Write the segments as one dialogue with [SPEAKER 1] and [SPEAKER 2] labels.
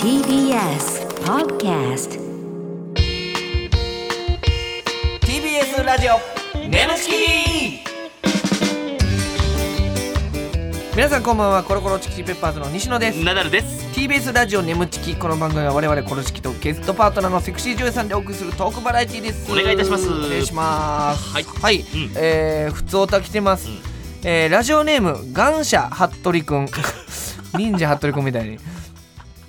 [SPEAKER 1] TBS Podcast
[SPEAKER 2] TBS ラジオ
[SPEAKER 3] ネムチキ
[SPEAKER 2] 皆さんこんばんはコロコロチキチキペッパーズの西野です
[SPEAKER 3] ナダルです。
[SPEAKER 2] TBS ラジオネムチキこの番組は我々コロチキとゲストパートナーのセクシー女優さんでお送りするトークバラエティです
[SPEAKER 3] お願いいたします
[SPEAKER 2] お願いします
[SPEAKER 3] はい
[SPEAKER 2] はい、
[SPEAKER 3] ん
[SPEAKER 2] えー、普通おた来てます、
[SPEAKER 3] ん
[SPEAKER 2] えー、ラジオネームガンシャ服部 くん忍者服部くんみたいに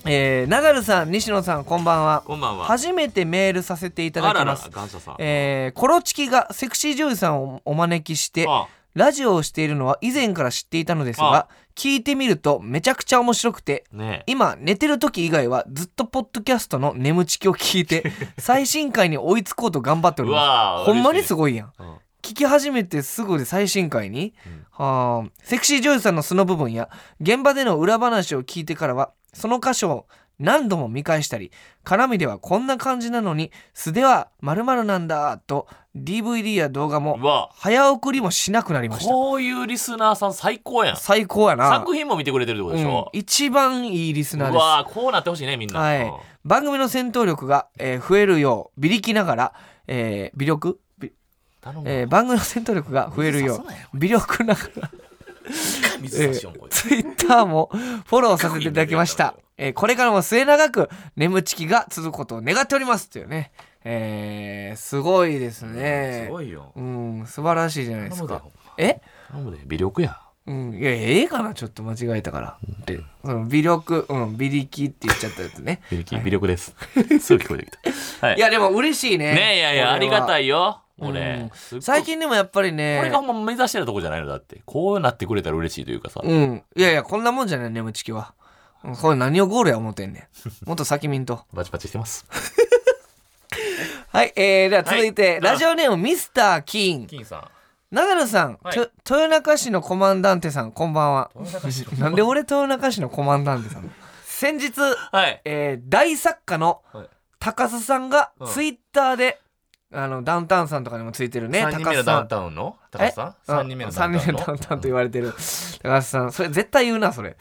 [SPEAKER 2] えー、ナダルさん西野さんこんばんは
[SPEAKER 3] こんばんは。
[SPEAKER 2] 初めてメールさせていただ
[SPEAKER 3] あら
[SPEAKER 2] き
[SPEAKER 3] ら
[SPEAKER 2] ます、
[SPEAKER 3] 感謝さん。
[SPEAKER 2] えー、コロチキがセクシー女優さんをお招きして
[SPEAKER 3] あ
[SPEAKER 2] ラジオをしているのは以前から知っていたのですが
[SPEAKER 3] あ
[SPEAKER 2] 聞いてみるとめちゃくちゃ面白くて
[SPEAKER 3] ねえ。
[SPEAKER 2] 今寝てる時以外はずっとポッドキャストの眠ちきを聞い て最新回に追いつこうと頑張っておりま
[SPEAKER 3] うわ
[SPEAKER 2] すほ
[SPEAKER 3] ー
[SPEAKER 2] んまに
[SPEAKER 3] 嬉しい
[SPEAKER 2] すごいやん
[SPEAKER 3] うん
[SPEAKER 2] 聞き始めてすぐで最新回に、
[SPEAKER 3] うん
[SPEAKER 2] はーセクシー女優さんの素の部分や現場での裏話を聞いてからはその箇所を何度も見返したり絡みではこんな感じなのに素では〇〇なんだと DVD や動画も
[SPEAKER 3] うわ
[SPEAKER 2] 早送りもしなくなりました
[SPEAKER 3] こういうリスナーさん最高やん。
[SPEAKER 2] 最高やな
[SPEAKER 3] 作品も見てくれてるってことでしょ
[SPEAKER 2] うん、。一番いいリス
[SPEAKER 3] う
[SPEAKER 2] ナーです
[SPEAKER 3] わこうなってほしいねみんな。
[SPEAKER 2] はい
[SPEAKER 3] うん
[SPEAKER 2] 番組の戦闘力が、えー増えるよう微力ながら、えー微力、び
[SPEAKER 3] 頼む。
[SPEAKER 2] えー番組の戦闘力が増えるよう微力ながら
[SPEAKER 3] 水差し音こいつ
[SPEAKER 2] ツイッターもフォローさせていただきました。えーこれからも末永く眠ちきが続くことを願っておりますというね。えー、すごいですね
[SPEAKER 3] す。ごいよ。
[SPEAKER 2] うん、素晴らしいじゃないで
[SPEAKER 3] 頼
[SPEAKER 2] す
[SPEAKER 3] むで
[SPEAKER 2] か。。え
[SPEAKER 3] 頼むで。微力や。
[SPEAKER 2] うん、いや、ええかなちょっと間違えたから。
[SPEAKER 3] で、
[SPEAKER 2] その、微力、うん、微力って言っちゃったやつ ね。
[SPEAKER 3] 微力微力です。すぐ聞こえてき た。はい
[SPEAKER 2] い。や、でも嬉しいね。
[SPEAKER 3] ねえいやいやありがた
[SPEAKER 2] い。
[SPEAKER 3] いよ。
[SPEAKER 2] うん
[SPEAKER 3] 俺。すっごい
[SPEAKER 2] 最。近でもやっぱりね。
[SPEAKER 3] これがほんま目指してるとこじゃないのだって。こうなってくれたら嬉しいというかさ。
[SPEAKER 2] うん。いやいや、こんなもんじゃない、眠ちきは。うんこれ何をゴールや思ってんねん。もっと先見んと。
[SPEAKER 3] バチバチしてます。
[SPEAKER 2] はい、えー、では続いて、
[SPEAKER 3] はい
[SPEAKER 2] ラジオネームミスター・キーン。
[SPEAKER 3] 金さん。
[SPEAKER 2] ナダルさん、
[SPEAKER 3] はい
[SPEAKER 2] と豊中市のコマンダンテさん、こんばん は。
[SPEAKER 3] 豊中市
[SPEAKER 2] なんで俺豊中市のコマンダンテ さん先日、
[SPEAKER 3] はい。
[SPEAKER 2] えー大作家の
[SPEAKER 3] はい
[SPEAKER 2] 高須さんが
[SPEAKER 3] うん
[SPEAKER 2] ツイッターで、あの、ダウンタウンさんとかにもついてるね、
[SPEAKER 3] 三人目のダウ
[SPEAKER 2] 高須
[SPEAKER 3] ンタウンの高
[SPEAKER 2] え
[SPEAKER 3] 須さん三人目のダウンタウンの
[SPEAKER 2] 三人目のダウンタウンと言われて る高須さん。それ絶対言うな、それ。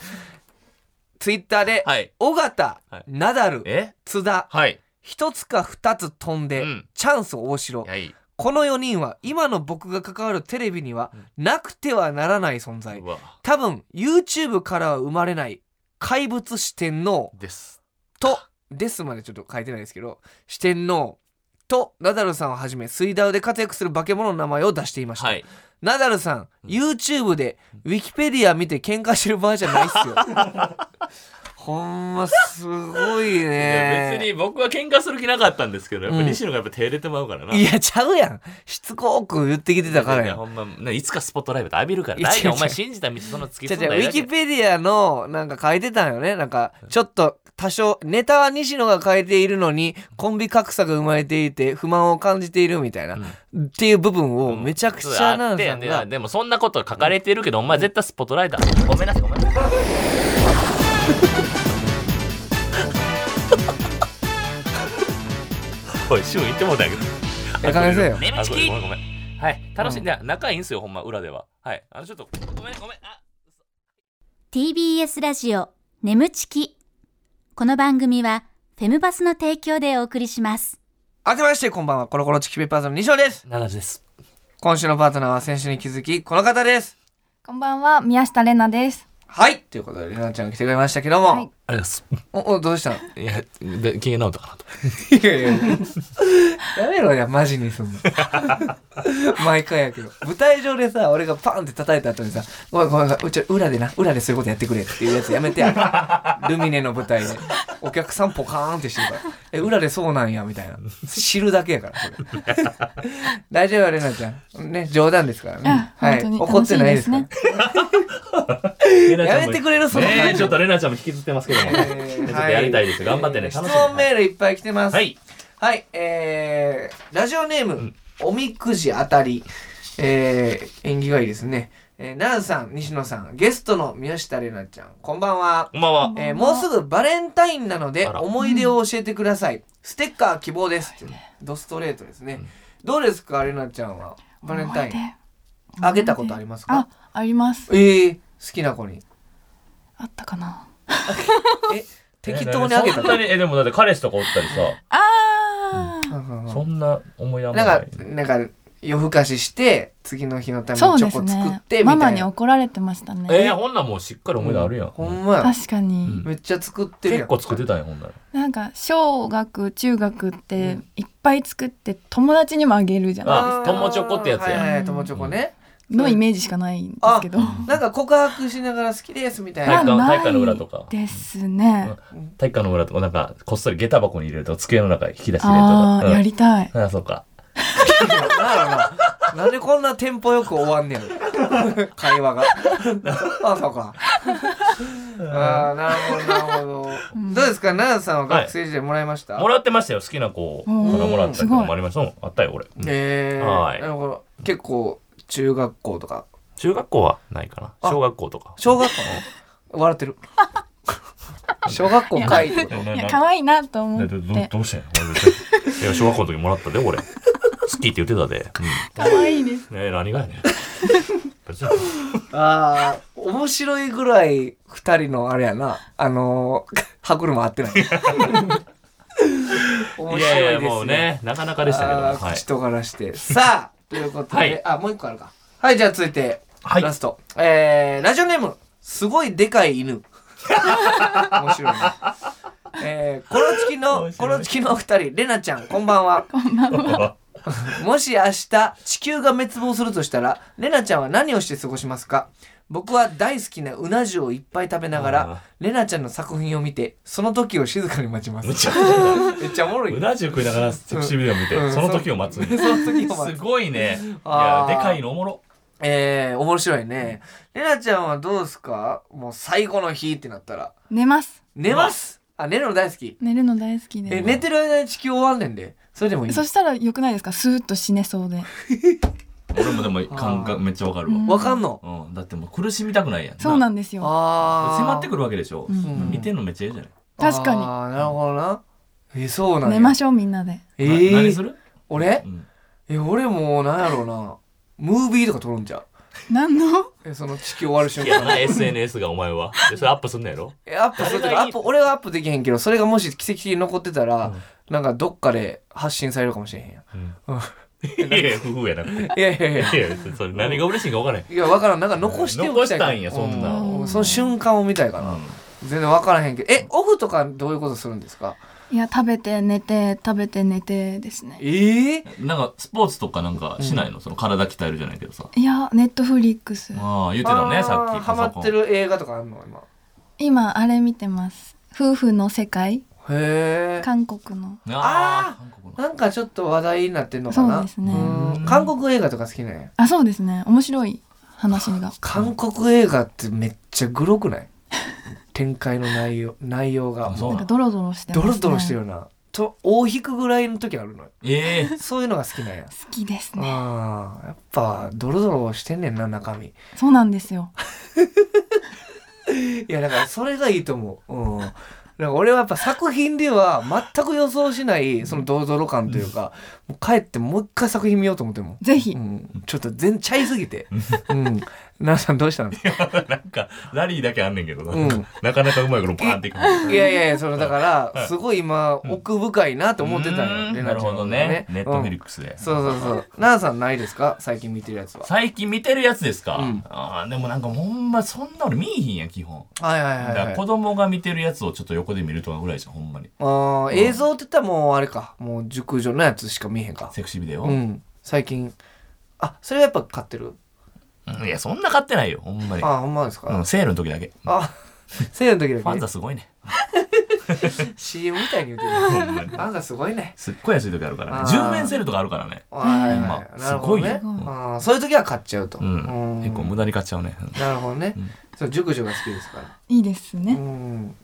[SPEAKER 2] ツイッターで、
[SPEAKER 3] はい
[SPEAKER 2] 尾形、
[SPEAKER 3] はい
[SPEAKER 2] ナダル、
[SPEAKER 3] え
[SPEAKER 2] 津田、
[SPEAKER 3] はい
[SPEAKER 2] 一つか二つ飛んで、
[SPEAKER 3] うん
[SPEAKER 2] チャンス大城。
[SPEAKER 3] はい
[SPEAKER 2] この4人は今の僕が関わるテレビにはなくてはならない存在
[SPEAKER 3] うわ
[SPEAKER 2] 多分 YouTube からは生まれない怪物四天王
[SPEAKER 3] です
[SPEAKER 2] とですまでちょっと書いてないですけど四天王とナダルさんをはじめ水ダウで活躍する化け物の名前を出していました、
[SPEAKER 3] はい
[SPEAKER 2] ナダルさん YouTube で Wikipedia 見て喧嘩してる場合じゃないっす よほんますごい
[SPEAKER 3] いや
[SPEAKER 2] ね
[SPEAKER 3] 別に僕は喧嘩する気なかったんですけどやっぱ
[SPEAKER 2] うん
[SPEAKER 3] 西野がやっぱ手入れてまうからない
[SPEAKER 2] やちゃうやんしつこく言ってきてたから
[SPEAKER 3] い
[SPEAKER 2] や
[SPEAKER 3] や
[SPEAKER 2] ん
[SPEAKER 3] ほんまねいつかスポットライブで浴びるから
[SPEAKER 2] いや
[SPEAKER 3] 大
[SPEAKER 2] 違う
[SPEAKER 3] 丈
[SPEAKER 2] 違う
[SPEAKER 3] お前信じた道その突き
[SPEAKER 2] じゃ
[SPEAKER 3] 進ん
[SPEAKER 2] じ
[SPEAKER 3] だ
[SPEAKER 2] ゃウ
[SPEAKER 3] らええ
[SPEAKER 2] ィ
[SPEAKER 3] だけ
[SPEAKER 2] キペディアのなんか書いてたんよねなんかちょっと多少ネタは西野が書いているのにコンビ格差が生まれていて不満を感じているみたいな、っていう部分をめちゃくちゃな
[SPEAKER 3] あ
[SPEAKER 2] んさ
[SPEAKER 3] って
[SPEAKER 2] ん
[SPEAKER 3] で
[SPEAKER 2] が
[SPEAKER 3] でもそんなこと書かれてるけどお前絶対スポットライト浴びるごめんなさいごめんなさいおいシュン言ってもうたんやけど
[SPEAKER 2] やかめせよ
[SPEAKER 3] ネムチキ
[SPEAKER 4] ごめんごめん
[SPEAKER 3] はい楽しんで仲いいんすよほんま裏でははいあのちょっとごめんごめんあ
[SPEAKER 5] TBS ラジオ眠ちきこの番組はフェムバスの提供でお送りします
[SPEAKER 2] 明けましてこんばんはコロコロチキペッパーズの西野です
[SPEAKER 3] 七時です
[SPEAKER 2] 今週のパートナーは先週に気づきこの方です
[SPEAKER 6] こんばんは、宮下玲奈です。
[SPEAKER 2] はいということでれなちゃんが来てくれましたけども、
[SPEAKER 6] はい
[SPEAKER 3] ありがとう
[SPEAKER 2] おおどうしたの
[SPEAKER 3] ございますいやで機嫌直ったかな と
[SPEAKER 2] いやいややめろやマジにすんの 毎回やけど舞台上でさ俺がパンって叩いた後にさ「ごめんごめんごめんうち裏でな裏でそういうことやってくれ」っていうやつやめてやルミネの舞台でお客さんポカーンってしてるから「え裏でそうなんや」みたいな知るだけやからそれ大丈夫やれなちゃんね冗談ですからね、
[SPEAKER 6] うん
[SPEAKER 2] はい
[SPEAKER 6] 本当に
[SPEAKER 2] 怒ってないですからやめてくれるその感じ
[SPEAKER 3] ねえちょっとレナちゃんも引きずってますけども ちょっとやりたいです頑張ってね
[SPEAKER 2] 質
[SPEAKER 3] 楽しんでは
[SPEAKER 2] 問メールいっぱい来てます
[SPEAKER 3] はい
[SPEAKER 2] はい、えー、ラジオネーム、おみくじあたり、えー、縁起がいいですね。えー、ナンさん、西野さん、ゲストの宮下玲奈ちゃん、こんばんは。
[SPEAKER 3] こんばんは
[SPEAKER 2] えー、もうすぐバレンタインなので、
[SPEAKER 3] あら
[SPEAKER 2] 思い出を教えてください。ステッカー希望です。ドストレートですね。どうですか、玲奈ちゃんは。バレンタイン。あげたことあります
[SPEAKER 6] あ
[SPEAKER 2] か、
[SPEAKER 6] あります。
[SPEAKER 2] えー、好きな子に。
[SPEAKER 6] あったかな。
[SPEAKER 2] え適当に上げた
[SPEAKER 3] えそんなにえでもだって彼氏とかおったりさ
[SPEAKER 6] あー、
[SPEAKER 2] うん
[SPEAKER 3] そんな思い出もな
[SPEAKER 2] なん
[SPEAKER 3] い
[SPEAKER 2] かなんか夜更かしして次の日のため
[SPEAKER 6] そう
[SPEAKER 2] にチ
[SPEAKER 6] で
[SPEAKER 2] ョ
[SPEAKER 6] す
[SPEAKER 2] コ作っ
[SPEAKER 6] ね
[SPEAKER 2] てみた
[SPEAKER 6] マ
[SPEAKER 2] いな
[SPEAKER 6] マに怒られてましたね、
[SPEAKER 3] えー、ほんならもうしっかり思い出あるやん、
[SPEAKER 2] ほんまや
[SPEAKER 6] 確かに、
[SPEAKER 3] うん
[SPEAKER 2] めっちゃ作ってるや
[SPEAKER 3] 結
[SPEAKER 2] ん
[SPEAKER 3] 構作ってたんやほんなら
[SPEAKER 6] なんか小学中学っていっぱい作って友達にもあげるじゃない
[SPEAKER 3] あ友チョコってやつや
[SPEAKER 2] はいはい友チョコね
[SPEAKER 6] のイメージしかないんですけど
[SPEAKER 2] なんか告白しながら好きですみたい
[SPEAKER 3] 体
[SPEAKER 2] な
[SPEAKER 3] 育館体育館の裏とか
[SPEAKER 6] ですね
[SPEAKER 3] 体育館の裏とかなんかこっそり下駄箱に入れるとか机の中に引き出し入れると
[SPEAKER 6] あ
[SPEAKER 3] か
[SPEAKER 6] あ、
[SPEAKER 3] うん
[SPEAKER 6] やりたい
[SPEAKER 3] ああそうか
[SPEAKER 2] なんやろ ななんでこんなテンポよく終わん ねやろ会話 があそうかあーなるほどなるほどどうですか奈々さんは学生時代もらいました、
[SPEAKER 3] もらってましたよ好きな子からもらったりとかもありましたうんあったよ俺、うん
[SPEAKER 2] えー
[SPEAKER 3] はい
[SPEAKER 2] なるほど結構中学校とか
[SPEAKER 3] 中学校はないかな
[SPEAKER 2] あ
[SPEAKER 3] 小学校とか
[SPEAKER 2] 小 学校の笑ってる小学校かいってこと
[SPEAKER 3] い
[SPEAKER 6] いや可愛いなと思
[SPEAKER 3] ね
[SPEAKER 6] っ
[SPEAKER 3] どど
[SPEAKER 6] て
[SPEAKER 3] どうしてんの俺別にいや小学校の時もらったで俺好きって言ってたで、
[SPEAKER 6] 可愛いです
[SPEAKER 3] うん、ねえ何がやねん別に
[SPEAKER 2] ああ面白いぐらい二人のあれやなあのー、 歯車合ってない面白いですね
[SPEAKER 3] いやいやもうねなかなかでしたけども
[SPEAKER 2] あー
[SPEAKER 3] はい
[SPEAKER 2] 口とがらして、さあということで、
[SPEAKER 3] はい
[SPEAKER 2] あもう一個あるかはいじゃあ続いて、
[SPEAKER 3] はい
[SPEAKER 2] ラストえー、ラジオネームすごいでかい 犬面白いねえー、コロチキの
[SPEAKER 3] 面白い
[SPEAKER 2] コロチキのお二人レナちゃんこんばんは もし明日地球が滅亡するとしたらレナちゃんは何をして過ごしますか僕は大好きなうな重をいっぱい食べなが
[SPEAKER 3] あー
[SPEAKER 2] らレナちゃんの作品を見てその時を静かに待ちます
[SPEAKER 3] むちゃくちゃだ
[SPEAKER 2] めっちゃおもろいう
[SPEAKER 3] な重食いながらセクシービデオ見て、
[SPEAKER 2] うん
[SPEAKER 3] その時を待
[SPEAKER 2] そ
[SPEAKER 3] つ、
[SPEAKER 2] の時を待
[SPEAKER 3] す
[SPEAKER 2] つ
[SPEAKER 3] ごいねいや
[SPEAKER 2] あー
[SPEAKER 3] でかいのおもろ
[SPEAKER 2] えー、面白いね。レナちゃんはどうですかもう最後の日ってなったら。
[SPEAKER 6] 寝ます
[SPEAKER 2] 寝ますあ、寝るの大好き。
[SPEAKER 6] 寝るの大好き
[SPEAKER 2] え、
[SPEAKER 6] で
[SPEAKER 2] 寝てる間に地球終わんねんで。それでもいい。
[SPEAKER 6] そしたら良くないですかスーッと死ねそうで
[SPEAKER 3] 俺もでも感覚めっちゃわかる
[SPEAKER 6] うん
[SPEAKER 2] わかんの
[SPEAKER 3] わ、うん、だってもう苦しみたくないやん
[SPEAKER 6] そうなんですよ
[SPEAKER 2] あー。
[SPEAKER 3] 迫ってくるわけでしょ、
[SPEAKER 6] うん
[SPEAKER 3] 見てんのめっちゃいいじゃない、
[SPEAKER 6] 確かに
[SPEAKER 2] あー、なるほどな。え、そうなんや
[SPEAKER 6] 寝ましょうみんなで
[SPEAKER 2] え
[SPEAKER 3] な
[SPEAKER 2] ー、
[SPEAKER 3] 何する、
[SPEAKER 2] 俺
[SPEAKER 3] うん
[SPEAKER 2] え、俺もうなんやろうな。ムービーとか撮るんじゃう
[SPEAKER 6] 何の
[SPEAKER 2] え、その地球終わる瞬
[SPEAKER 3] いや
[SPEAKER 2] 間。
[SPEAKER 3] な SNS がお前はでそれアップすんのやろ
[SPEAKER 2] え、アップするとか、アップ、俺はアップできへんけど、それがもし奇跡的に残ってたら、なんかどっかで発信されるかもしれへんやん。
[SPEAKER 3] いやいや夫婦やなくて
[SPEAKER 2] いやいやいや。
[SPEAKER 3] いやそれ何が嬉しいか分からへん
[SPEAKER 2] いや、わからん。なんか残しておきたいか
[SPEAKER 3] 残したんやそんな
[SPEAKER 2] うその瞬間を見たいかな。全然わからへんけど。え、オフとかどういうことするんですか
[SPEAKER 6] いや食べて寝て食べて寝てですね
[SPEAKER 2] ええ
[SPEAKER 3] なんかスポーツとかなんかしないの、その体鍛えるじゃないけどさ
[SPEAKER 6] いやネットフリックス
[SPEAKER 3] ああ言ってたねさっき
[SPEAKER 2] ハマってる映画とかあるの今。
[SPEAKER 6] 今あれ見てます夫婦の世界
[SPEAKER 2] へえ。
[SPEAKER 6] 韓国の
[SPEAKER 3] ああ韓国の
[SPEAKER 2] なんかちょっと話題になってんのかな
[SPEAKER 6] そうですね
[SPEAKER 2] うん韓国映画とか好きなんや。
[SPEAKER 6] あそうですね面白い話が
[SPEAKER 2] 韓国映画ってめっちゃグロく ない展開の内容、内容が。
[SPEAKER 3] あそう
[SPEAKER 6] なん
[SPEAKER 3] な
[SPEAKER 6] か
[SPEAKER 3] の
[SPEAKER 6] ドロドロしてます、
[SPEAKER 2] ド
[SPEAKER 6] ね、
[SPEAKER 2] ロドロしてるよな。と、大引くぐらいの時あるのよ。
[SPEAKER 3] ええ
[SPEAKER 2] そういうのが好きなんや。
[SPEAKER 6] 好きですね
[SPEAKER 2] ああ、やっぱドロドロしてんねんな、中身。
[SPEAKER 6] そうなんですよ
[SPEAKER 2] いやだからそれがいいと思う。うん。だから俺はやっぱ作品では全く予想しないそのドロドロ感というか、もう帰ってもう一回作品見ようと思ってるもん。
[SPEAKER 6] ぜひ、
[SPEAKER 2] うん、ちょっと全ちゃいすぎて。うん。なさんどうしたんですか
[SPEAKER 3] なんかラリーだけあんねんけどな,、
[SPEAKER 2] うん
[SPEAKER 3] なかなかうまいことバーンっていくの
[SPEAKER 2] いやいやいや、そのだか
[SPEAKER 3] は
[SPEAKER 2] ら、
[SPEAKER 3] い
[SPEAKER 2] すごい今、奥深い なと思ってた
[SPEAKER 3] うー
[SPEAKER 2] よ。
[SPEAKER 3] ん
[SPEAKER 2] レ
[SPEAKER 3] な
[SPEAKER 2] ナ
[SPEAKER 3] る
[SPEAKER 2] ちゃ
[SPEAKER 3] ほ
[SPEAKER 2] ん
[SPEAKER 3] ど
[SPEAKER 2] は
[SPEAKER 3] ねネットフィリ
[SPEAKER 2] うん
[SPEAKER 3] ックスで、
[SPEAKER 2] そうそうそう。 なあさんないですか最近見てるやつは。
[SPEAKER 3] 最近見てるやつですか、
[SPEAKER 2] うん
[SPEAKER 3] ああでもなんかほんまそんなの見えひんやん基本
[SPEAKER 2] はいはいは
[SPEAKER 3] だか
[SPEAKER 2] い、は
[SPEAKER 3] ら
[SPEAKER 2] い
[SPEAKER 3] 子。供が見てるやつをちょっと横で見るとかぐらいじゃんほんまに
[SPEAKER 2] あー映像って言ったらもうあれか。もう熟女のやつしか見えへんか。
[SPEAKER 3] セクシービデオ、
[SPEAKER 2] う
[SPEAKER 3] うん
[SPEAKER 2] ん。最近。あ、それはやっぱ買ってる
[SPEAKER 3] いやそんな買ってないよほんまに、
[SPEAKER 2] あ、ほんまですか、
[SPEAKER 3] うん、セールの時だけ
[SPEAKER 2] あ、せいの時
[SPEAKER 3] ファン
[SPEAKER 2] だ
[SPEAKER 3] ザす ごいね
[SPEAKER 2] け CM みたいに言 って
[SPEAKER 3] ほ
[SPEAKER 2] る。
[SPEAKER 3] んまに
[SPEAKER 2] ファンがすごいね。
[SPEAKER 3] すっごい安い時あるから
[SPEAKER 2] あ
[SPEAKER 3] ね
[SPEAKER 2] ー
[SPEAKER 3] 10面セールとかあるからね
[SPEAKER 2] はいはい
[SPEAKER 3] ま
[SPEAKER 2] はい。
[SPEAKER 3] あ
[SPEAKER 2] なるほどね
[SPEAKER 3] す。ごいよ
[SPEAKER 2] あーそういう時は買っちゃうと。
[SPEAKER 3] うん結構無駄に買っちゃうねうん
[SPEAKER 2] なるほどね。そう、熟女が好きですから。
[SPEAKER 6] いいです
[SPEAKER 2] う
[SPEAKER 6] ね
[SPEAKER 2] ん。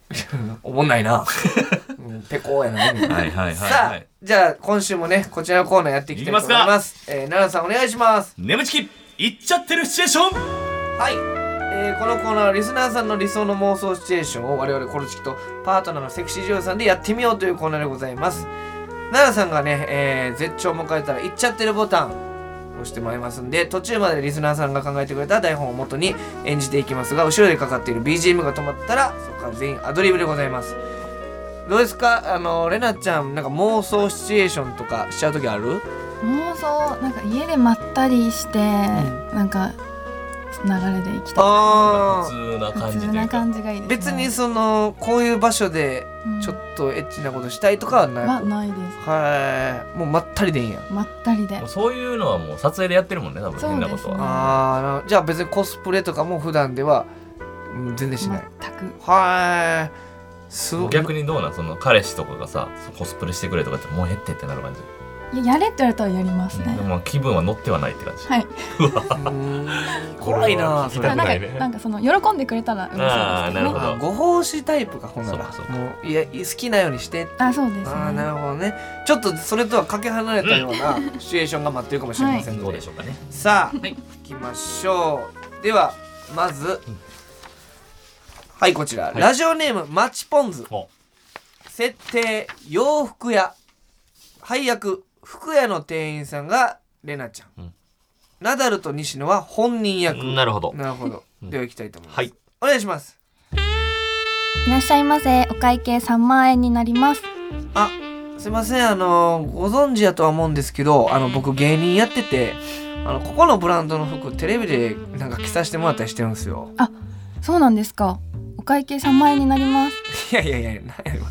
[SPEAKER 2] おもんないな。 うんペコーやな。今
[SPEAKER 3] はいはいはい
[SPEAKER 2] さ
[SPEAKER 3] は
[SPEAKER 2] あ
[SPEAKER 3] い、
[SPEAKER 2] じゃあ今週もね、こちらのコーナーやっていきたいと思います。えー奈良さんお願いします。
[SPEAKER 3] 眠ちき行っちゃってるシチュエーション
[SPEAKER 2] はい。えーこのコーナーはリスナーさんの理想の妄想シチュエーションを我々コルチキとパートナーのセクシー女優さんでやってみようというコーナーでございます。奈良さんがね、えー絶頂を迎えたら行っちゃってるボタン押してもらいますんで途中までリスナーさんが考えてくれた台本を元に演じていきますが後ろでかかっている BGM が止まったらそこから全員アドリブでございますどうですかあのレナちゃんなんか妄想シチュエーションとかしちゃう時ある
[SPEAKER 6] 妄想なんか家でまったりして、なんか流れで行きたい
[SPEAKER 2] あー
[SPEAKER 3] 普通な感
[SPEAKER 6] 普
[SPEAKER 3] じ
[SPEAKER 6] 通
[SPEAKER 3] という
[SPEAKER 6] な
[SPEAKER 3] か
[SPEAKER 6] 感じがいいで
[SPEAKER 2] 別
[SPEAKER 6] す、ね、
[SPEAKER 2] にそのこういう場所で
[SPEAKER 6] うん
[SPEAKER 2] ちょっとエッチなことしたいとかはない、
[SPEAKER 6] はないです
[SPEAKER 2] はいもうまったりでいいんや
[SPEAKER 6] まったりで
[SPEAKER 3] もうそういうのはもう撮影でやってるもんね多分
[SPEAKER 6] そう
[SPEAKER 3] 変なこと
[SPEAKER 6] ですね
[SPEAKER 3] は
[SPEAKER 2] あーじゃあ別にコスプレとかも普段ではうん全然しない、
[SPEAKER 6] 全く
[SPEAKER 2] はいすごい
[SPEAKER 3] 逆にどうなんその彼氏とかがさコスプレしてくれとかってもう減ってってなる感じ、
[SPEAKER 6] いややれって言われたらやりますね、
[SPEAKER 3] でもまあ気分は乗ってはないって感じ、
[SPEAKER 6] はい、
[SPEAKER 2] うーん 怖いなそ
[SPEAKER 3] これ
[SPEAKER 2] れ
[SPEAKER 3] は
[SPEAKER 6] なんか
[SPEAKER 3] 危ないね
[SPEAKER 6] なんかその喜んでくれたら嬉しい
[SPEAKER 3] あー
[SPEAKER 6] です
[SPEAKER 3] な
[SPEAKER 6] け
[SPEAKER 3] る
[SPEAKER 6] ど
[SPEAKER 3] ほ
[SPEAKER 6] ね
[SPEAKER 3] ど
[SPEAKER 2] あご奉仕タイプかほんなら
[SPEAKER 3] そうかそうか
[SPEAKER 2] もういや好きなようにして
[SPEAKER 6] あそうですね
[SPEAKER 2] ああなるほどねちょっとそれとはかけ離れたようなシチュエーションが待ってるかもしれませんので、
[SPEAKER 3] どうでしょうかね
[SPEAKER 2] さあ、
[SPEAKER 3] はい
[SPEAKER 2] い、きましょうではまず、はいこちら、
[SPEAKER 3] い
[SPEAKER 2] ラジオネームマチポンズ
[SPEAKER 3] お
[SPEAKER 2] 設定洋服屋配役服屋の店員さんがレナちゃん、
[SPEAKER 3] うん
[SPEAKER 2] ナダルと西野は本人役
[SPEAKER 3] なるほど
[SPEAKER 2] なるほど
[SPEAKER 3] うん
[SPEAKER 2] では行きたいと思います、
[SPEAKER 3] はい
[SPEAKER 2] お願いします
[SPEAKER 6] いらっしゃいませお会計3万円になります
[SPEAKER 2] あすいませんあのご存知やとは思うんですけどあの僕芸人やっててあのここのブランドの服テレビでなんか着させてもらったりしてるんですよ
[SPEAKER 6] そうなんですかお会計3万円になります
[SPEAKER 2] いやいやいや、なんや今。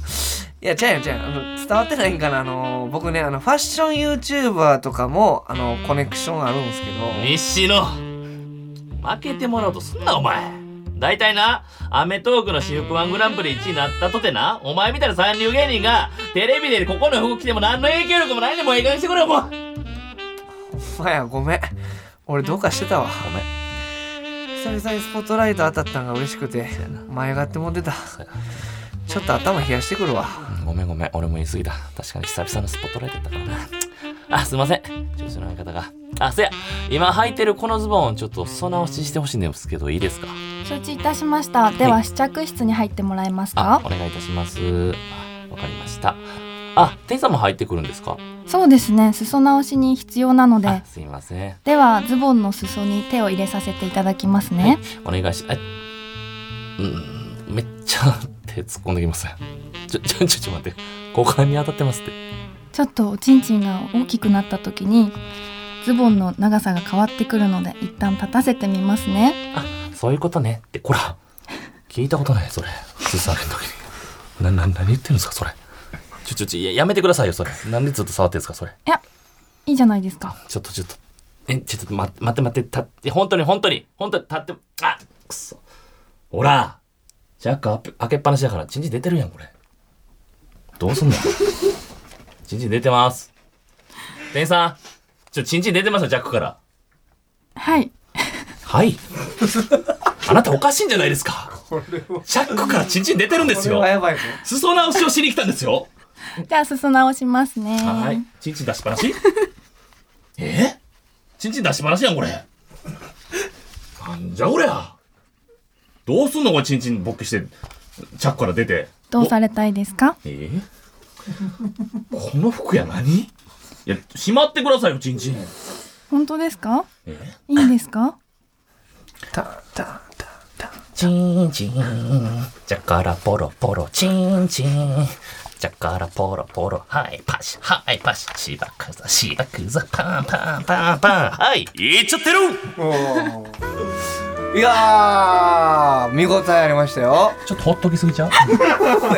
[SPEAKER 2] いや、ちゃうやんちゃうやん。あの、伝わってないんかな。あの、僕ね、あの、ファッション YouTuber とかも、あの、コネクションあるんですけど。
[SPEAKER 3] 西野負けてもらおうとすんなお前大体な、アメトーークの私服ワングランプリ1位になったとてな、お前みたいな三流芸人が、テレビでここの服着ても何の影響力もないねんもうええ加減してくれよ、もう
[SPEAKER 2] お前や、ごめん。俺、どうかしてたわ。
[SPEAKER 3] ごめん。
[SPEAKER 2] 久々にスポットライト当たったんが嬉しくて、前がっても出た。ちょっと頭冷やしてくるわ。
[SPEAKER 3] ごめんごめん、俺も言い過ぎた。確かに久々のスポットライトやったからな。あ、すいません。上司の相方が。あ、せや、今履いてるこのズボン、ちょっと裾直ししてほしいんですけど、いいですか
[SPEAKER 6] 承知いたしましたで
[SPEAKER 3] は
[SPEAKER 6] は試着室に入ってもらえます
[SPEAKER 3] あ
[SPEAKER 6] か、
[SPEAKER 3] お願いいたします。あわかりました。あ、店員さんも入ってくるんですか
[SPEAKER 6] そうですね裾直しに必要なので
[SPEAKER 3] あ、すいません。
[SPEAKER 6] ではズボンの裾に手を入れさせていただきますね、
[SPEAKER 3] お願いし、え、うん、めっちゃ手突っ込んできます。ちょ、ちょ、ちょ、ちょ、待って。股間に当たってますって。
[SPEAKER 6] ちょっとおちんちんが大きくなった時にズボンの長さが変わってくるので一旦立たせてみますね
[SPEAKER 3] そういうことね。って、こら、聞いたことない、それ。スーさんの時に。な、な、何言ってるんですか、それ。ちょ、ちょ、ちょ、いややめてくださいよ、それ。なんでずっと触ってるんですか、それ。
[SPEAKER 6] いやいいじゃないですか
[SPEAKER 3] ちょっと、ちょっと。え、ちょっと、ま、待って待って、たって、本当に、本当に、本当に、立って、あ、くそ。ほら、ジャック開け開けっぱなしだから、チンチン出てるやん、これ。どうす んのチンチン出てます。店員さん、ちょ、チンチン出てますよ、ジャックから。
[SPEAKER 6] はい
[SPEAKER 3] はい。あなたおかしいんじゃないですか。ジャックからチンチン出てるんで
[SPEAKER 2] こ
[SPEAKER 3] す
[SPEAKER 2] れ
[SPEAKER 3] よ
[SPEAKER 2] は。やばいぞ。
[SPEAKER 3] 裾直しをしに来たんですよ。
[SPEAKER 6] じゃあ裾直しますね
[SPEAKER 3] はい。チンチン出しっぱな しえチンチン出しっぱなしやん、これ。なんじゃこりゃ。どうすんの、これ、チンチン勃起して、チャックから出て。
[SPEAKER 6] どうされたいですか
[SPEAKER 3] えーこの服や何いや、しまってくださいよ、チンチン。
[SPEAKER 6] 本当ですか
[SPEAKER 3] え
[SPEAKER 6] いいんですか
[SPEAKER 2] たたたた
[SPEAKER 3] チンチン、ジャカラポロポロ、チンチン、ジャカラポロポロ、はい、パシ、はい、パシ、しばくざ、しばくざ、パンパンパンパン、はい、いっちゃってる
[SPEAKER 2] いやー見応えありましたよ。
[SPEAKER 3] ちょっとほっときすぎちゃう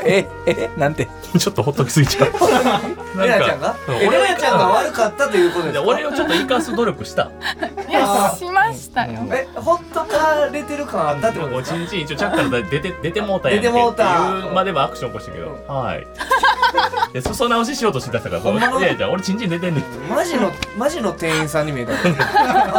[SPEAKER 2] え、え、なんて。
[SPEAKER 3] ちょっとほっときすぎちゃ う。
[SPEAKER 2] レナちゃんが
[SPEAKER 3] うん
[SPEAKER 2] え
[SPEAKER 3] 俺
[SPEAKER 2] レナちゃんが悪かったということですか
[SPEAKER 3] 俺をちょっと生かす努力 した。
[SPEAKER 6] いやしましたよ
[SPEAKER 2] え、ほっとかれてる感あったってこと
[SPEAKER 3] お
[SPEAKER 2] です
[SPEAKER 3] ちんちん一応チャックから出 て、出てもうたやんけ。
[SPEAKER 2] 出てもうた
[SPEAKER 3] っていうまではアクション起こしたけど、
[SPEAKER 2] うん
[SPEAKER 3] はい。いや裾直ししようとしてたから、
[SPEAKER 2] ほ
[SPEAKER 3] こ
[SPEAKER 2] ん
[SPEAKER 3] うい
[SPEAKER 2] まなの
[SPEAKER 3] やいや、俺ちんちん出てんねん。
[SPEAKER 2] マジの、マジの店員さんに見えた。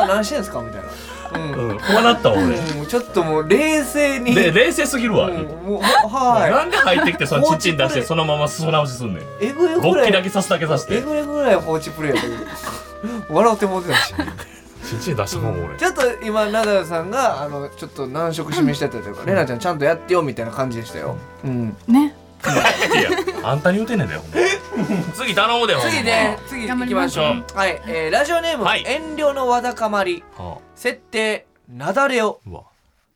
[SPEAKER 2] あ、何してんすかみたいな。うん。
[SPEAKER 3] うん、こうなったわ俺。
[SPEAKER 2] もうちょっともう冷静に。
[SPEAKER 3] で、冷静すぎるわ。
[SPEAKER 2] うん、もうは
[SPEAKER 3] なんで入ってきてそのチンチン出してそのまま裾直しすんねん
[SPEAKER 2] い。えぐいぐ
[SPEAKER 3] 勃
[SPEAKER 2] ら
[SPEAKER 3] 起だけ
[SPEAKER 2] い。
[SPEAKER 3] さすだけさし
[SPEAKER 2] え
[SPEAKER 3] て
[SPEAKER 2] ぐいぐらい放置プレイやったけど。笑ってもうてたし。
[SPEAKER 3] チンチン出したもん俺
[SPEAKER 2] ちょっと今ナダルさんがあのちょっと難色示してたというか、レナちゃんちゃんとやってよみたいな感じでしたよ。うん。
[SPEAKER 6] ね
[SPEAKER 3] いやあんたに言うてんねんだよほんま次頼むでほんま
[SPEAKER 2] 次ね、次行きましょう。
[SPEAKER 3] 頑張り
[SPEAKER 2] はい、えーラジオネーム、
[SPEAKER 3] はい
[SPEAKER 2] 遠慮のわだかまり。
[SPEAKER 3] あ
[SPEAKER 2] 設定、なだれを。
[SPEAKER 3] うわ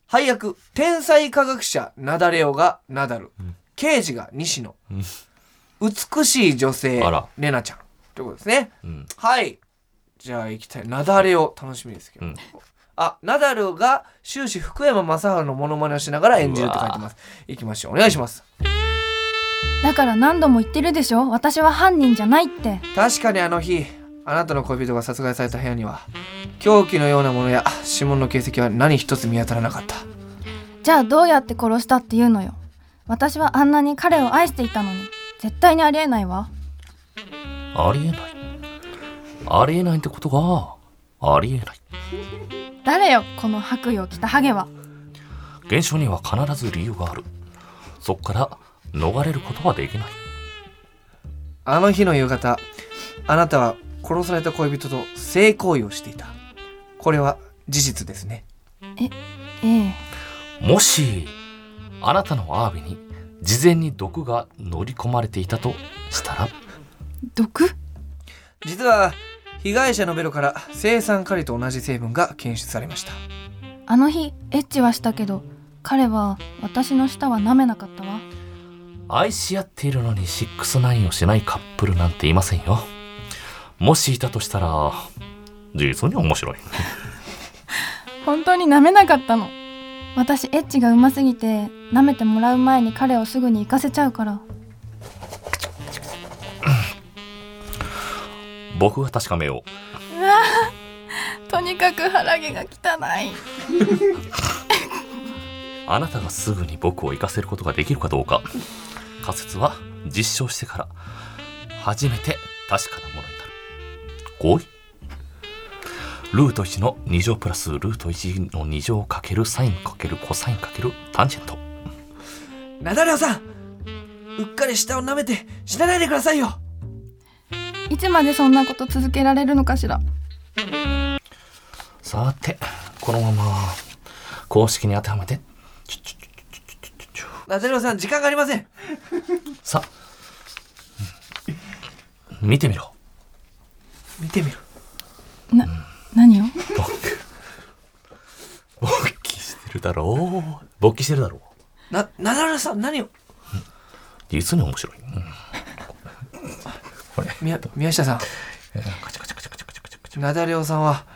[SPEAKER 2] 配役、天才科学者、なだれおがナダル。
[SPEAKER 3] ん
[SPEAKER 2] 刑事が西野。
[SPEAKER 3] うん
[SPEAKER 2] 美しい女性
[SPEAKER 3] あら、
[SPEAKER 2] レナちゃん。ということですね。
[SPEAKER 3] うん
[SPEAKER 2] はい。じゃあ行きたい。なだれを楽しみですけど。
[SPEAKER 3] うん
[SPEAKER 2] あ、ナダルが終始福山雅治のモノマネをしながら演じるって書いてます。行きましょう。お願いします。
[SPEAKER 6] だから何度も言ってるでしょ私は犯人じゃないって
[SPEAKER 2] 確かにあの日あなたの恋人が殺害された部屋には凶器のようなものや指紋の形跡は何一つ見当たらなかった
[SPEAKER 6] じゃあどうやって殺したっていうのよ私はあんなに彼を愛していたのに絶対にありえないわ
[SPEAKER 3] ありえないありえないってことがありえない
[SPEAKER 6] 誰よこの白衣を着たハゲは
[SPEAKER 3] 現象には必ず理由があるそこから逃れることはできない
[SPEAKER 2] あの日の夕方あなたは殺された恋人と性行為をしていたこれは事実ですね
[SPEAKER 6] ええ
[SPEAKER 3] もしあなたのアワビに事前に毒が乗り込まれていたとしたら
[SPEAKER 6] 毒
[SPEAKER 2] 実は被害者のベロから青酸カリと同じ成分が検出されました
[SPEAKER 6] あの日エッチはしたけど彼は私の舌は舐めなかったわ
[SPEAKER 3] 愛し合っているのに69をしないカップルなんていませんよもしいたとしたら実に面白い
[SPEAKER 6] 本当に舐めなかったの私エッチがうますぎて舐めてもらう前に彼をすぐに行かせちゃうから
[SPEAKER 3] 僕が確かめよ
[SPEAKER 6] とにかく腹毛が汚いう
[SPEAKER 3] あなたがすぐに僕を行かせることができるかどうか仮説は実証してから初めて確かなものになる合意ルート1の2乗プラスルート1の2乗かけるサインかけるコサインかけるタンジェント
[SPEAKER 2] ナダレオさんうっかり舌を舐めて死なないでくださいよ
[SPEAKER 6] つまでそんなこと続けられるのかしら
[SPEAKER 3] さてこのまま公式に当てはめて
[SPEAKER 2] ナダレオさん時間がありません
[SPEAKER 3] さうん見てみろ
[SPEAKER 2] 見てみろ
[SPEAKER 6] な何を
[SPEAKER 3] 勃起勃起してるだろう勃起してるだろう
[SPEAKER 2] なナダレオさん何を
[SPEAKER 3] 実に面白い、うんこれ
[SPEAKER 2] 宮宮下さん
[SPEAKER 3] カチャカチャカチャカチャカチャカチャ
[SPEAKER 2] ナダレオさんは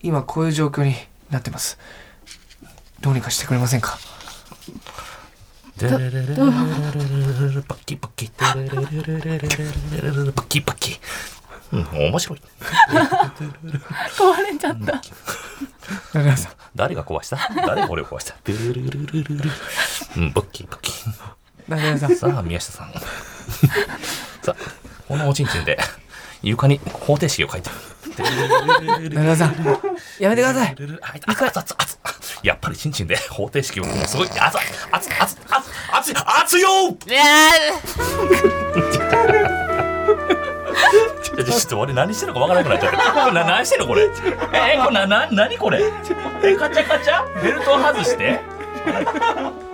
[SPEAKER 2] 今こういう状況になってますどうにかしてくれませんか
[SPEAKER 3] レレレレレレレレレレパッキパッキレレレレレレレレレレレパッキパッキうん面白い
[SPEAKER 6] 壊れちゃった
[SPEAKER 2] ナダレオさん
[SPEAKER 3] 誰が壊した誰が俺を壊したルルルルルルルうんパッキパッキ
[SPEAKER 2] ナダレオさん
[SPEAKER 3] さあ宮下さんさあこのおちんちんで床に方程式を書いて
[SPEAKER 2] ナダレオさんやめてください
[SPEAKER 3] はい熱い熱い熱い熱いやっぱりちんちんで方程式をすごい熱い熱い熱い熱い熱い熱いよちょちょっと俺何してるのかわからなくなっちゃった。これな何してるのこれ。えー、これなな何これ。えカチャカチャベルトを外して。うんうん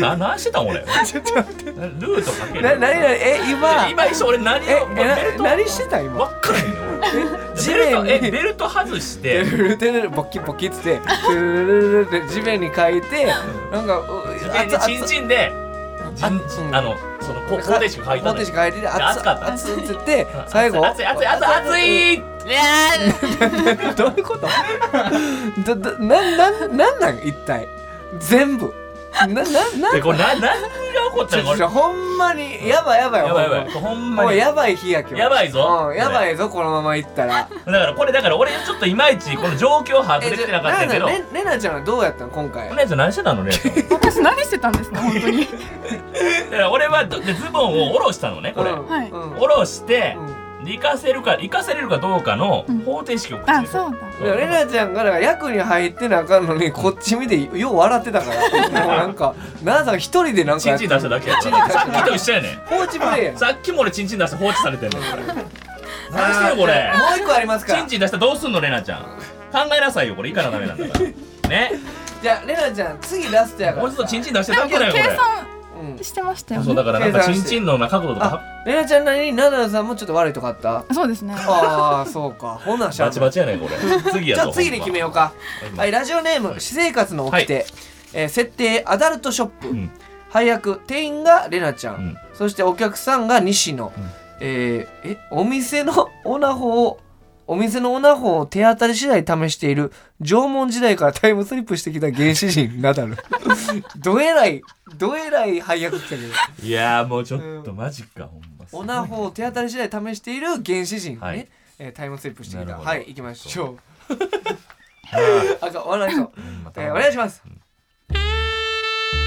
[SPEAKER 3] な何してたん俺。ル
[SPEAKER 2] ちょっと待って
[SPEAKER 3] ートかける。
[SPEAKER 2] な何々え今
[SPEAKER 3] 今一緒俺何を
[SPEAKER 2] ええ
[SPEAKER 3] ベル
[SPEAKER 2] な
[SPEAKER 3] ト
[SPEAKER 2] 何してた今
[SPEAKER 3] わっからへんよ俺
[SPEAKER 2] 地
[SPEAKER 3] ベルトえ
[SPEAKER 2] 面に
[SPEAKER 3] ベルト外し
[SPEAKER 2] て
[SPEAKER 3] て
[SPEAKER 2] るるてるるボッキボキっつっててるるるるって地面に書いてなんかう
[SPEAKER 3] 地面にチンチンでじん
[SPEAKER 2] 熱々
[SPEAKER 3] あのそのこ方程式書いたのよ
[SPEAKER 2] 方程式書いてて熱
[SPEAKER 3] 熱かった
[SPEAKER 2] 熱っつって最後
[SPEAKER 3] 熱い熱い熱い熱い熱いね
[SPEAKER 2] どういうことどどななんなんなん一体全部なな
[SPEAKER 3] え
[SPEAKER 2] な
[SPEAKER 3] これな何が起こった
[SPEAKER 2] ち
[SPEAKER 3] のこ
[SPEAKER 2] ょち
[SPEAKER 3] れ
[SPEAKER 2] ょほんまにやばいやばい
[SPEAKER 3] やばいやばい
[SPEAKER 2] ほんま
[SPEAKER 3] ほん
[SPEAKER 2] も
[SPEAKER 3] ま
[SPEAKER 2] う
[SPEAKER 3] にだ
[SPEAKER 2] やばい日や今日
[SPEAKER 3] やばいぞ
[SPEAKER 2] うん、やばいぞこのまま行ったら
[SPEAKER 3] からこれだから俺ちょっといまいちこの状況把握できてなかったんやけど
[SPEAKER 2] レレナちゃんはどうやったの今回
[SPEAKER 3] お姉ちゃん何してたのね
[SPEAKER 6] 私何してたんですか本当に
[SPEAKER 3] だから俺はどでズボンを下ろしたのねこれ
[SPEAKER 2] うん
[SPEAKER 6] はい
[SPEAKER 2] うん
[SPEAKER 3] 下ろして
[SPEAKER 2] うん
[SPEAKER 3] 行かせるか行かせれるかどうかの
[SPEAKER 6] うん
[SPEAKER 3] 方程式を書
[SPEAKER 6] あ
[SPEAKER 3] いてる
[SPEAKER 6] そうだ
[SPEAKER 2] いやレナちゃんがだから役に入ってなあかんのにこっち見てよう笑ってたからもうなんか ナナさん一人でなんか
[SPEAKER 3] チ
[SPEAKER 2] や
[SPEAKER 3] ン
[SPEAKER 2] っ
[SPEAKER 3] チ
[SPEAKER 2] て
[SPEAKER 3] ン出しただけやからさっきと一緒やねん
[SPEAKER 2] 放置プレイやん
[SPEAKER 3] さっきも俺チンチン出して放置されてんの何してるこれ
[SPEAKER 2] もう一個ありますか
[SPEAKER 3] チ
[SPEAKER 2] ら
[SPEAKER 3] ンチン出したらどうすんのレナちゃん考えなさいよこれいかなダメなんだからね
[SPEAKER 2] じゃあレナちゃん次ラストやから
[SPEAKER 3] もうちょっとチンチン出してだけだよこ
[SPEAKER 6] 計
[SPEAKER 3] れ
[SPEAKER 6] 算
[SPEAKER 2] うん
[SPEAKER 6] してましたよ
[SPEAKER 3] そう
[SPEAKER 6] ね
[SPEAKER 3] だからなんかチンチンの中角度とか
[SPEAKER 2] レナちゃんなりにナダルさんもちょっと悪いとこあった
[SPEAKER 6] そうですね
[SPEAKER 2] ああそうかほなしゃあな
[SPEAKER 3] バ
[SPEAKER 2] い
[SPEAKER 3] チバチやねこれ次や
[SPEAKER 2] じ
[SPEAKER 3] ぞ
[SPEAKER 2] ゃあ次に決めようか
[SPEAKER 3] ほんま
[SPEAKER 2] はい、ラジオネーム、私生活の掟、えー設定、アダルトショップ、
[SPEAKER 3] ん
[SPEAKER 2] 配役、店員がレナちゃん,、
[SPEAKER 3] うん
[SPEAKER 2] そしてお客さんが西野、えーえ、お店のオナホを、お店のオナホを手当たり次第試している縄文時代からタイムスリップしてきた原始人ナ ダルどえらいどえらい配役ってたけど
[SPEAKER 3] いやーもうちょっとマジかほんま
[SPEAKER 2] オナホを手当たり次第試している原始人ね、
[SPEAKER 3] はい
[SPEAKER 2] えータイムスリップしてき
[SPEAKER 3] な
[SPEAKER 2] た
[SPEAKER 3] るほど
[SPEAKER 2] はい行きましょうあかん笑いそうえーお
[SPEAKER 3] い
[SPEAKER 2] 願いします。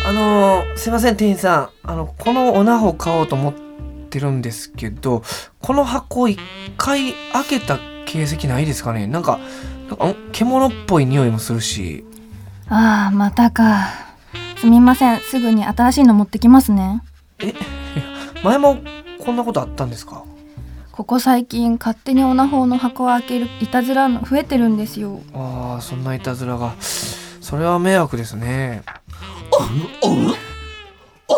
[SPEAKER 2] あのーすいません店員さんあのこのおなほ買おうと思ってるんですけどこの箱一回開けた形跡ないですかねなんかなんかん獣っぽい匂いもするし
[SPEAKER 6] ああまたかすみませんすぐに新しいの持ってきますね
[SPEAKER 2] 前もこんなことあったんですか
[SPEAKER 6] ここ最近勝手にオナホの箱を開けるいたずらの増えてるんですよ
[SPEAKER 2] ああそんないたずらがそれは迷惑ですね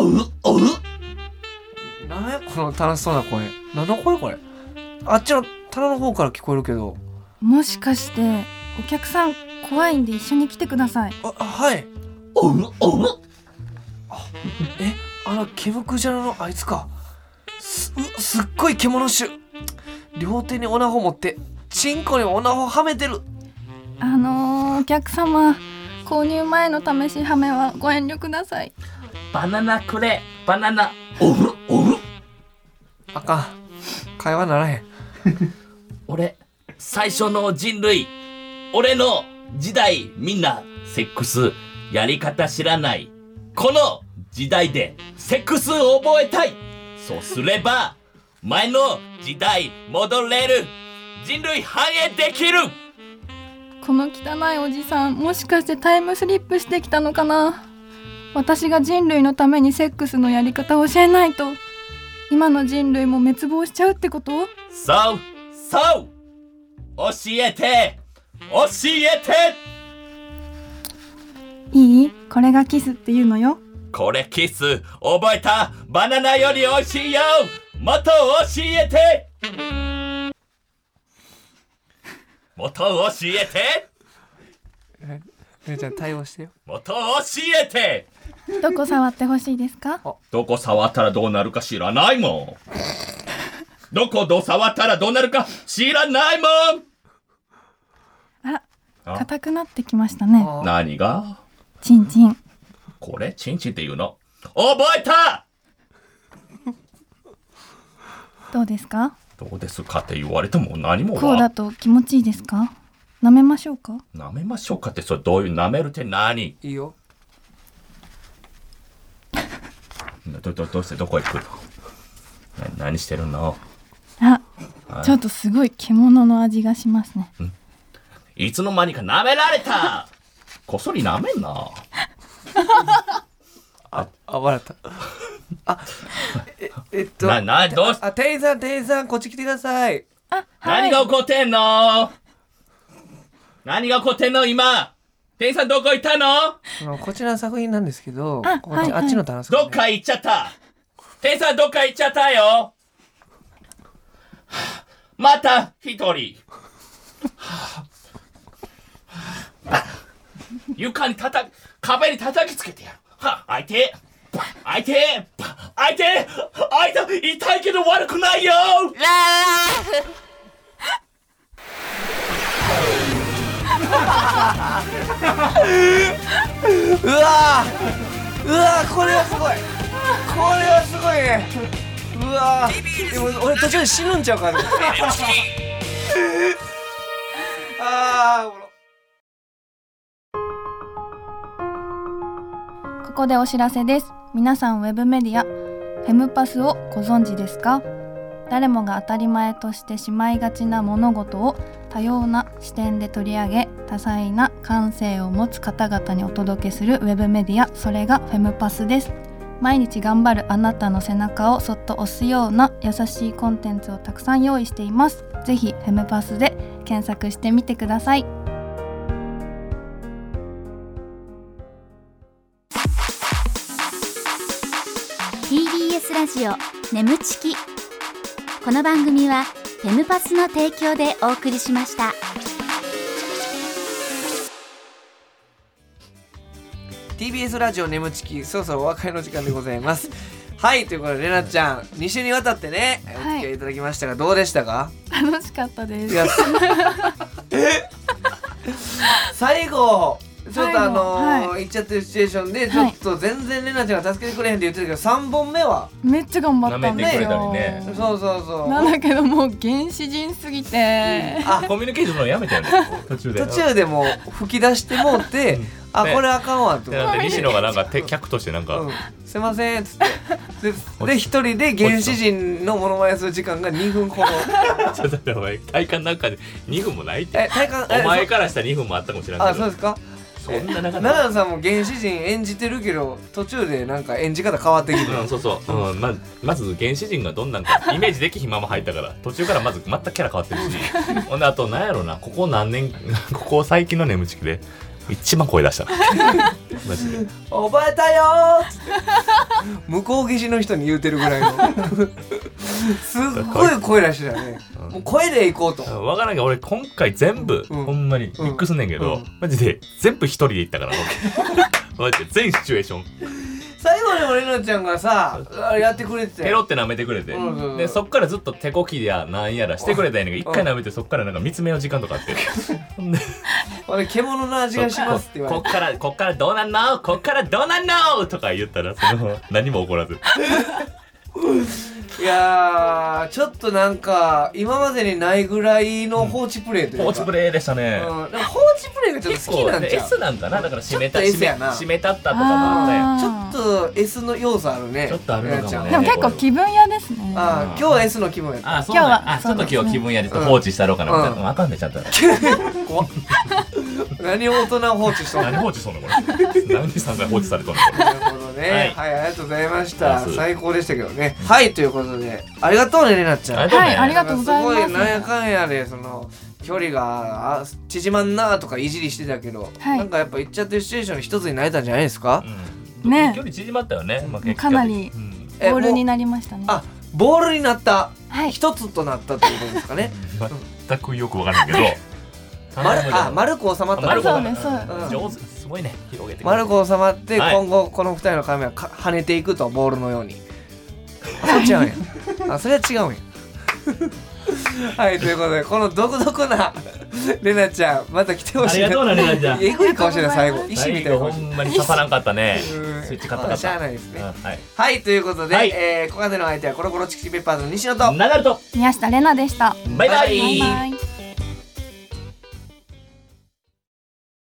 [SPEAKER 2] おうおうおうおうなんやこの楽しそうな声何の声これあっちの棚の方から聞こえるけど
[SPEAKER 6] もしかしてお客さん怖いんで一緒に来てください
[SPEAKER 2] ああはい
[SPEAKER 3] おうおう
[SPEAKER 2] えあの毛むくじゃらのあいつかすうすっごい獣種両手にオナホ持ってチンコにオナホはめてる
[SPEAKER 6] あのー、お客様購入前の試しはめはご遠慮ください
[SPEAKER 3] バナナくれバナナおうおう
[SPEAKER 2] あかん会話ならへん
[SPEAKER 3] 俺最初の人類俺の時代みんなセックスやり方知らないこの時代でセックスを覚えたいそうすれば前の時代戻れる人類繁栄できる
[SPEAKER 6] この汚いおじさんもしかしてタイムスリップしてきたのかな私が人類のためにセックスのやり方を教えないと今の人類も滅亡しちゃうってこと
[SPEAKER 3] そうそう教えて教えて
[SPEAKER 6] いいこれがキスっていうのよ
[SPEAKER 3] これキス覚えたバナナより美味しいよもっと教えてもっと教えて
[SPEAKER 2] 姉ちゃん対応してよ
[SPEAKER 3] もっと教えて
[SPEAKER 6] どこ触ってほしいですか
[SPEAKER 3] どこ触ったらどうなるか知らないもんどこどう触ったらどうなるか知らないも
[SPEAKER 6] あ
[SPEAKER 3] あ
[SPEAKER 6] 硬くなってきましたね
[SPEAKER 3] ん何が
[SPEAKER 6] チンチン
[SPEAKER 3] これチンチンっていうの覚えた
[SPEAKER 6] どうですか
[SPEAKER 3] どうですかって言われても何も
[SPEAKER 6] こうだ
[SPEAKER 3] わ
[SPEAKER 6] と気持ちいいですか舐めましょうか
[SPEAKER 3] 舐めましょうかってそれどういう舐めるって何
[SPEAKER 2] いいよ
[SPEAKER 3] どどどうしてどこ行くのな何してるの
[SPEAKER 6] あ
[SPEAKER 3] はい
[SPEAKER 6] ちょっとすごい獣の味がしますね
[SPEAKER 3] いつの間にか舐められたこっそり舐めんな
[SPEAKER 2] あ笑ったあ ええっと
[SPEAKER 3] ななどうし
[SPEAKER 2] あ店員さん店員さんこっち来てください
[SPEAKER 6] あは
[SPEAKER 3] 何
[SPEAKER 6] い
[SPEAKER 3] が起こってんの何が起こってんの今店員さんどこ行ったの
[SPEAKER 2] あのこちらの作品なんですけど
[SPEAKER 6] あ
[SPEAKER 2] こっち
[SPEAKER 6] はいはい
[SPEAKER 2] あっちの棚です
[SPEAKER 3] どっか行っちゃった店員さんどっか行っちゃったよまた一人床に叩き壁に叩きつけてやるは開いて開いて開いて開いた痛いけど悪くないよ
[SPEAKER 2] うわーうわーこれはすごいこれはすごいねうわーでも俺途中で死ぬんちゃう かなあーおもろ
[SPEAKER 6] ここでお知らせです皆さんウェブメディアフェムパスをご存知ですか誰もが当たり前としてしまいがちな物事を多様な視点で取り上げ多彩な感性を持つ方々にお届けするウェブメディアそれがフェムパスです毎日頑張るあなたの背中をそっと押すような優しいコンテンツをたくさん用意していますぜひフェムパスで検索してみてください
[SPEAKER 1] TBS
[SPEAKER 5] TBS ラジオ眠ちきこの番組はフェムパスの提供でお送りしました。
[SPEAKER 2] TBS ラジオ眠ちきそろそろお別れの時間でございますはいということでれなちゃん2週にわたってねお付き合いいただきましたが、どうでしたか
[SPEAKER 6] 楽しかったで
[SPEAKER 2] い
[SPEAKER 6] す
[SPEAKER 2] や最後ちょっとあの
[SPEAKER 6] 最
[SPEAKER 2] ー
[SPEAKER 6] 後は
[SPEAKER 2] 言っちゃってるシチュエーションでちょっと全然れなちゃんが助けてくれへんって言ってたけど3本目は
[SPEAKER 6] めっちゃ頑張ったんですよ、
[SPEAKER 3] 舐めてく
[SPEAKER 2] そう
[SPEAKER 3] れ
[SPEAKER 2] そうそう
[SPEAKER 6] なんだけどもう原始人すぎて、
[SPEAKER 2] あ
[SPEAKER 3] コミュニケーション取るのやめたよね途中で
[SPEAKER 2] 途中でもう吹き出してもうて、あ
[SPEAKER 3] ね
[SPEAKER 2] これあかんわって
[SPEAKER 3] で
[SPEAKER 2] 思
[SPEAKER 3] な
[SPEAKER 2] っ
[SPEAKER 3] ん
[SPEAKER 2] て
[SPEAKER 3] で西野がなんか手客としてなんか、
[SPEAKER 2] うん、すいませんっつってでで一人で原始人のモノマネする時間が2分ほど
[SPEAKER 3] ちょっと待 ってお前体感なんかで2分もないって
[SPEAKER 2] え体感え
[SPEAKER 3] お前からしたら2分もあったかもしれ
[SPEAKER 2] そ
[SPEAKER 3] な
[SPEAKER 2] あ
[SPEAKER 3] いけ
[SPEAKER 2] そう
[SPEAKER 3] ど
[SPEAKER 2] ですか
[SPEAKER 3] そんな中で
[SPEAKER 2] 奈良さんも原始人演じてるけど途中でなんか演じ方変わってきて
[SPEAKER 3] うん、そうそう、うん、ままず原始人がどんなんかイメージできひんまま入ったから途中からまず全くキャラ変わってる しほんであとなんやろなここ何年 ここ最近の眠ちきで一番声出した マジで
[SPEAKER 2] 覚えたよ ーっつって向こう岸の人に言うてるぐらいの すっごい声出してたねもう声で行こうと
[SPEAKER 3] 分からんけど俺今回全部、
[SPEAKER 2] うん
[SPEAKER 3] ほんまにミックスねんけど、
[SPEAKER 2] うん
[SPEAKER 3] マジで全部一人で行ったから僕マジで全シチュエーション
[SPEAKER 2] 最後にもれなちゃんがさあやってくれて
[SPEAKER 3] ペ
[SPEAKER 2] て
[SPEAKER 3] ロって舐めてくれて、
[SPEAKER 2] うんうんうん
[SPEAKER 3] でそっからずっと手こきやなんやらしてくれたんやねんけど一回舐めてそっからなんか見つめよう時間とか あってほんで
[SPEAKER 2] 俺獣の味がしますって言わ
[SPEAKER 3] こ
[SPEAKER 2] れ
[SPEAKER 3] ってからこっからどうなんのこっからどうなんのとか言ったらそ の何も起こらず
[SPEAKER 2] いやーちょっとなんか今までにないぐらいの放置プレイというか
[SPEAKER 3] 放置プレイでしたね、
[SPEAKER 2] うん、でも放置プレイがちょっ
[SPEAKER 3] 結
[SPEAKER 2] と好き
[SPEAKER 3] 構
[SPEAKER 2] なん
[SPEAKER 3] ね
[SPEAKER 2] ちゃう
[SPEAKER 3] S なんだなだから締めた
[SPEAKER 2] ちょっと
[SPEAKER 3] 締
[SPEAKER 2] S
[SPEAKER 3] め
[SPEAKER 2] やな
[SPEAKER 3] 締めたったとかもあったやん
[SPEAKER 6] あ
[SPEAKER 2] ちょっと S の要素あるね
[SPEAKER 3] ちょっとあるのかも
[SPEAKER 2] れな
[SPEAKER 3] ね
[SPEAKER 2] ちゃん
[SPEAKER 6] でも結構気分屋ですね
[SPEAKER 2] あー今日は S の気分やった
[SPEAKER 3] あそうなんや
[SPEAKER 6] 今日は
[SPEAKER 3] あちょっと
[SPEAKER 6] そ
[SPEAKER 3] 今
[SPEAKER 6] うですね
[SPEAKER 3] 日気分やで放置したろうかなみたいな、
[SPEAKER 2] うん
[SPEAKER 3] うんあかんねちゃんと
[SPEAKER 2] 怖っ何を大人放置しとんの
[SPEAKER 3] 何放置しとんのこれ 何に散々放置されとんのこれ
[SPEAKER 2] なるほどね、は
[SPEAKER 3] はいい、
[SPEAKER 2] ありがとうございまし
[SPEAKER 3] あ
[SPEAKER 2] た
[SPEAKER 3] そう
[SPEAKER 2] 最高でしたけどねはいということでありがとうねれなちゃん
[SPEAKER 3] ありがとう
[SPEAKER 6] はい
[SPEAKER 3] ね
[SPEAKER 6] ありがとうございま
[SPEAKER 2] な
[SPEAKER 6] す
[SPEAKER 2] んかすごいなんやかんやでその距離があ縮まんなとかいじりしてたけど、
[SPEAKER 6] はい
[SPEAKER 2] なんかやっぱ言っちゃってるシチュエーションの一つになれたんじゃないですか、
[SPEAKER 3] うん
[SPEAKER 6] ね
[SPEAKER 3] 距離縮まったよね、まあ、結果
[SPEAKER 6] かなり
[SPEAKER 3] うん
[SPEAKER 6] ボールに
[SPEAKER 2] な
[SPEAKER 6] なりましたね
[SPEAKER 2] あボールになった
[SPEAKER 6] はい
[SPEAKER 2] 一つとなったということですか ね
[SPEAKER 3] 全くよくわからんないけど
[SPEAKER 2] 丸あ丸く収まった
[SPEAKER 3] 丸
[SPEAKER 6] 丸
[SPEAKER 3] 子
[SPEAKER 6] 子
[SPEAKER 3] が
[SPEAKER 6] そうですそうです
[SPEAKER 2] うん
[SPEAKER 3] 上手すごいね広げてくれて
[SPEAKER 2] 丸く収まって、
[SPEAKER 3] はい
[SPEAKER 2] 今後この二人の髪はか跳ねていくとボールのようにそっちゃうんやあそれは違うんや はいということでこの独特なレナちゃんまた来てほ
[SPEAKER 3] あ
[SPEAKER 2] しい
[SPEAKER 3] りがとうなれなちゃん
[SPEAKER 2] えぐい顔してた最後石みたいな
[SPEAKER 3] ほ
[SPEAKER 2] 顔して
[SPEAKER 3] んまに刺さらんかったね
[SPEAKER 2] たうん
[SPEAKER 3] スイッチ買ったか
[SPEAKER 2] あ
[SPEAKER 3] っ
[SPEAKER 2] しゃあ
[SPEAKER 3] た
[SPEAKER 2] ないですね、
[SPEAKER 3] うんはい
[SPEAKER 2] はいということで、
[SPEAKER 3] はい
[SPEAKER 2] えーここまでのお相手はコロコロチキチキペッパーズの西野と
[SPEAKER 3] 流れと
[SPEAKER 6] 宮下玲奈でした
[SPEAKER 3] バイバイ
[SPEAKER 6] バイバイ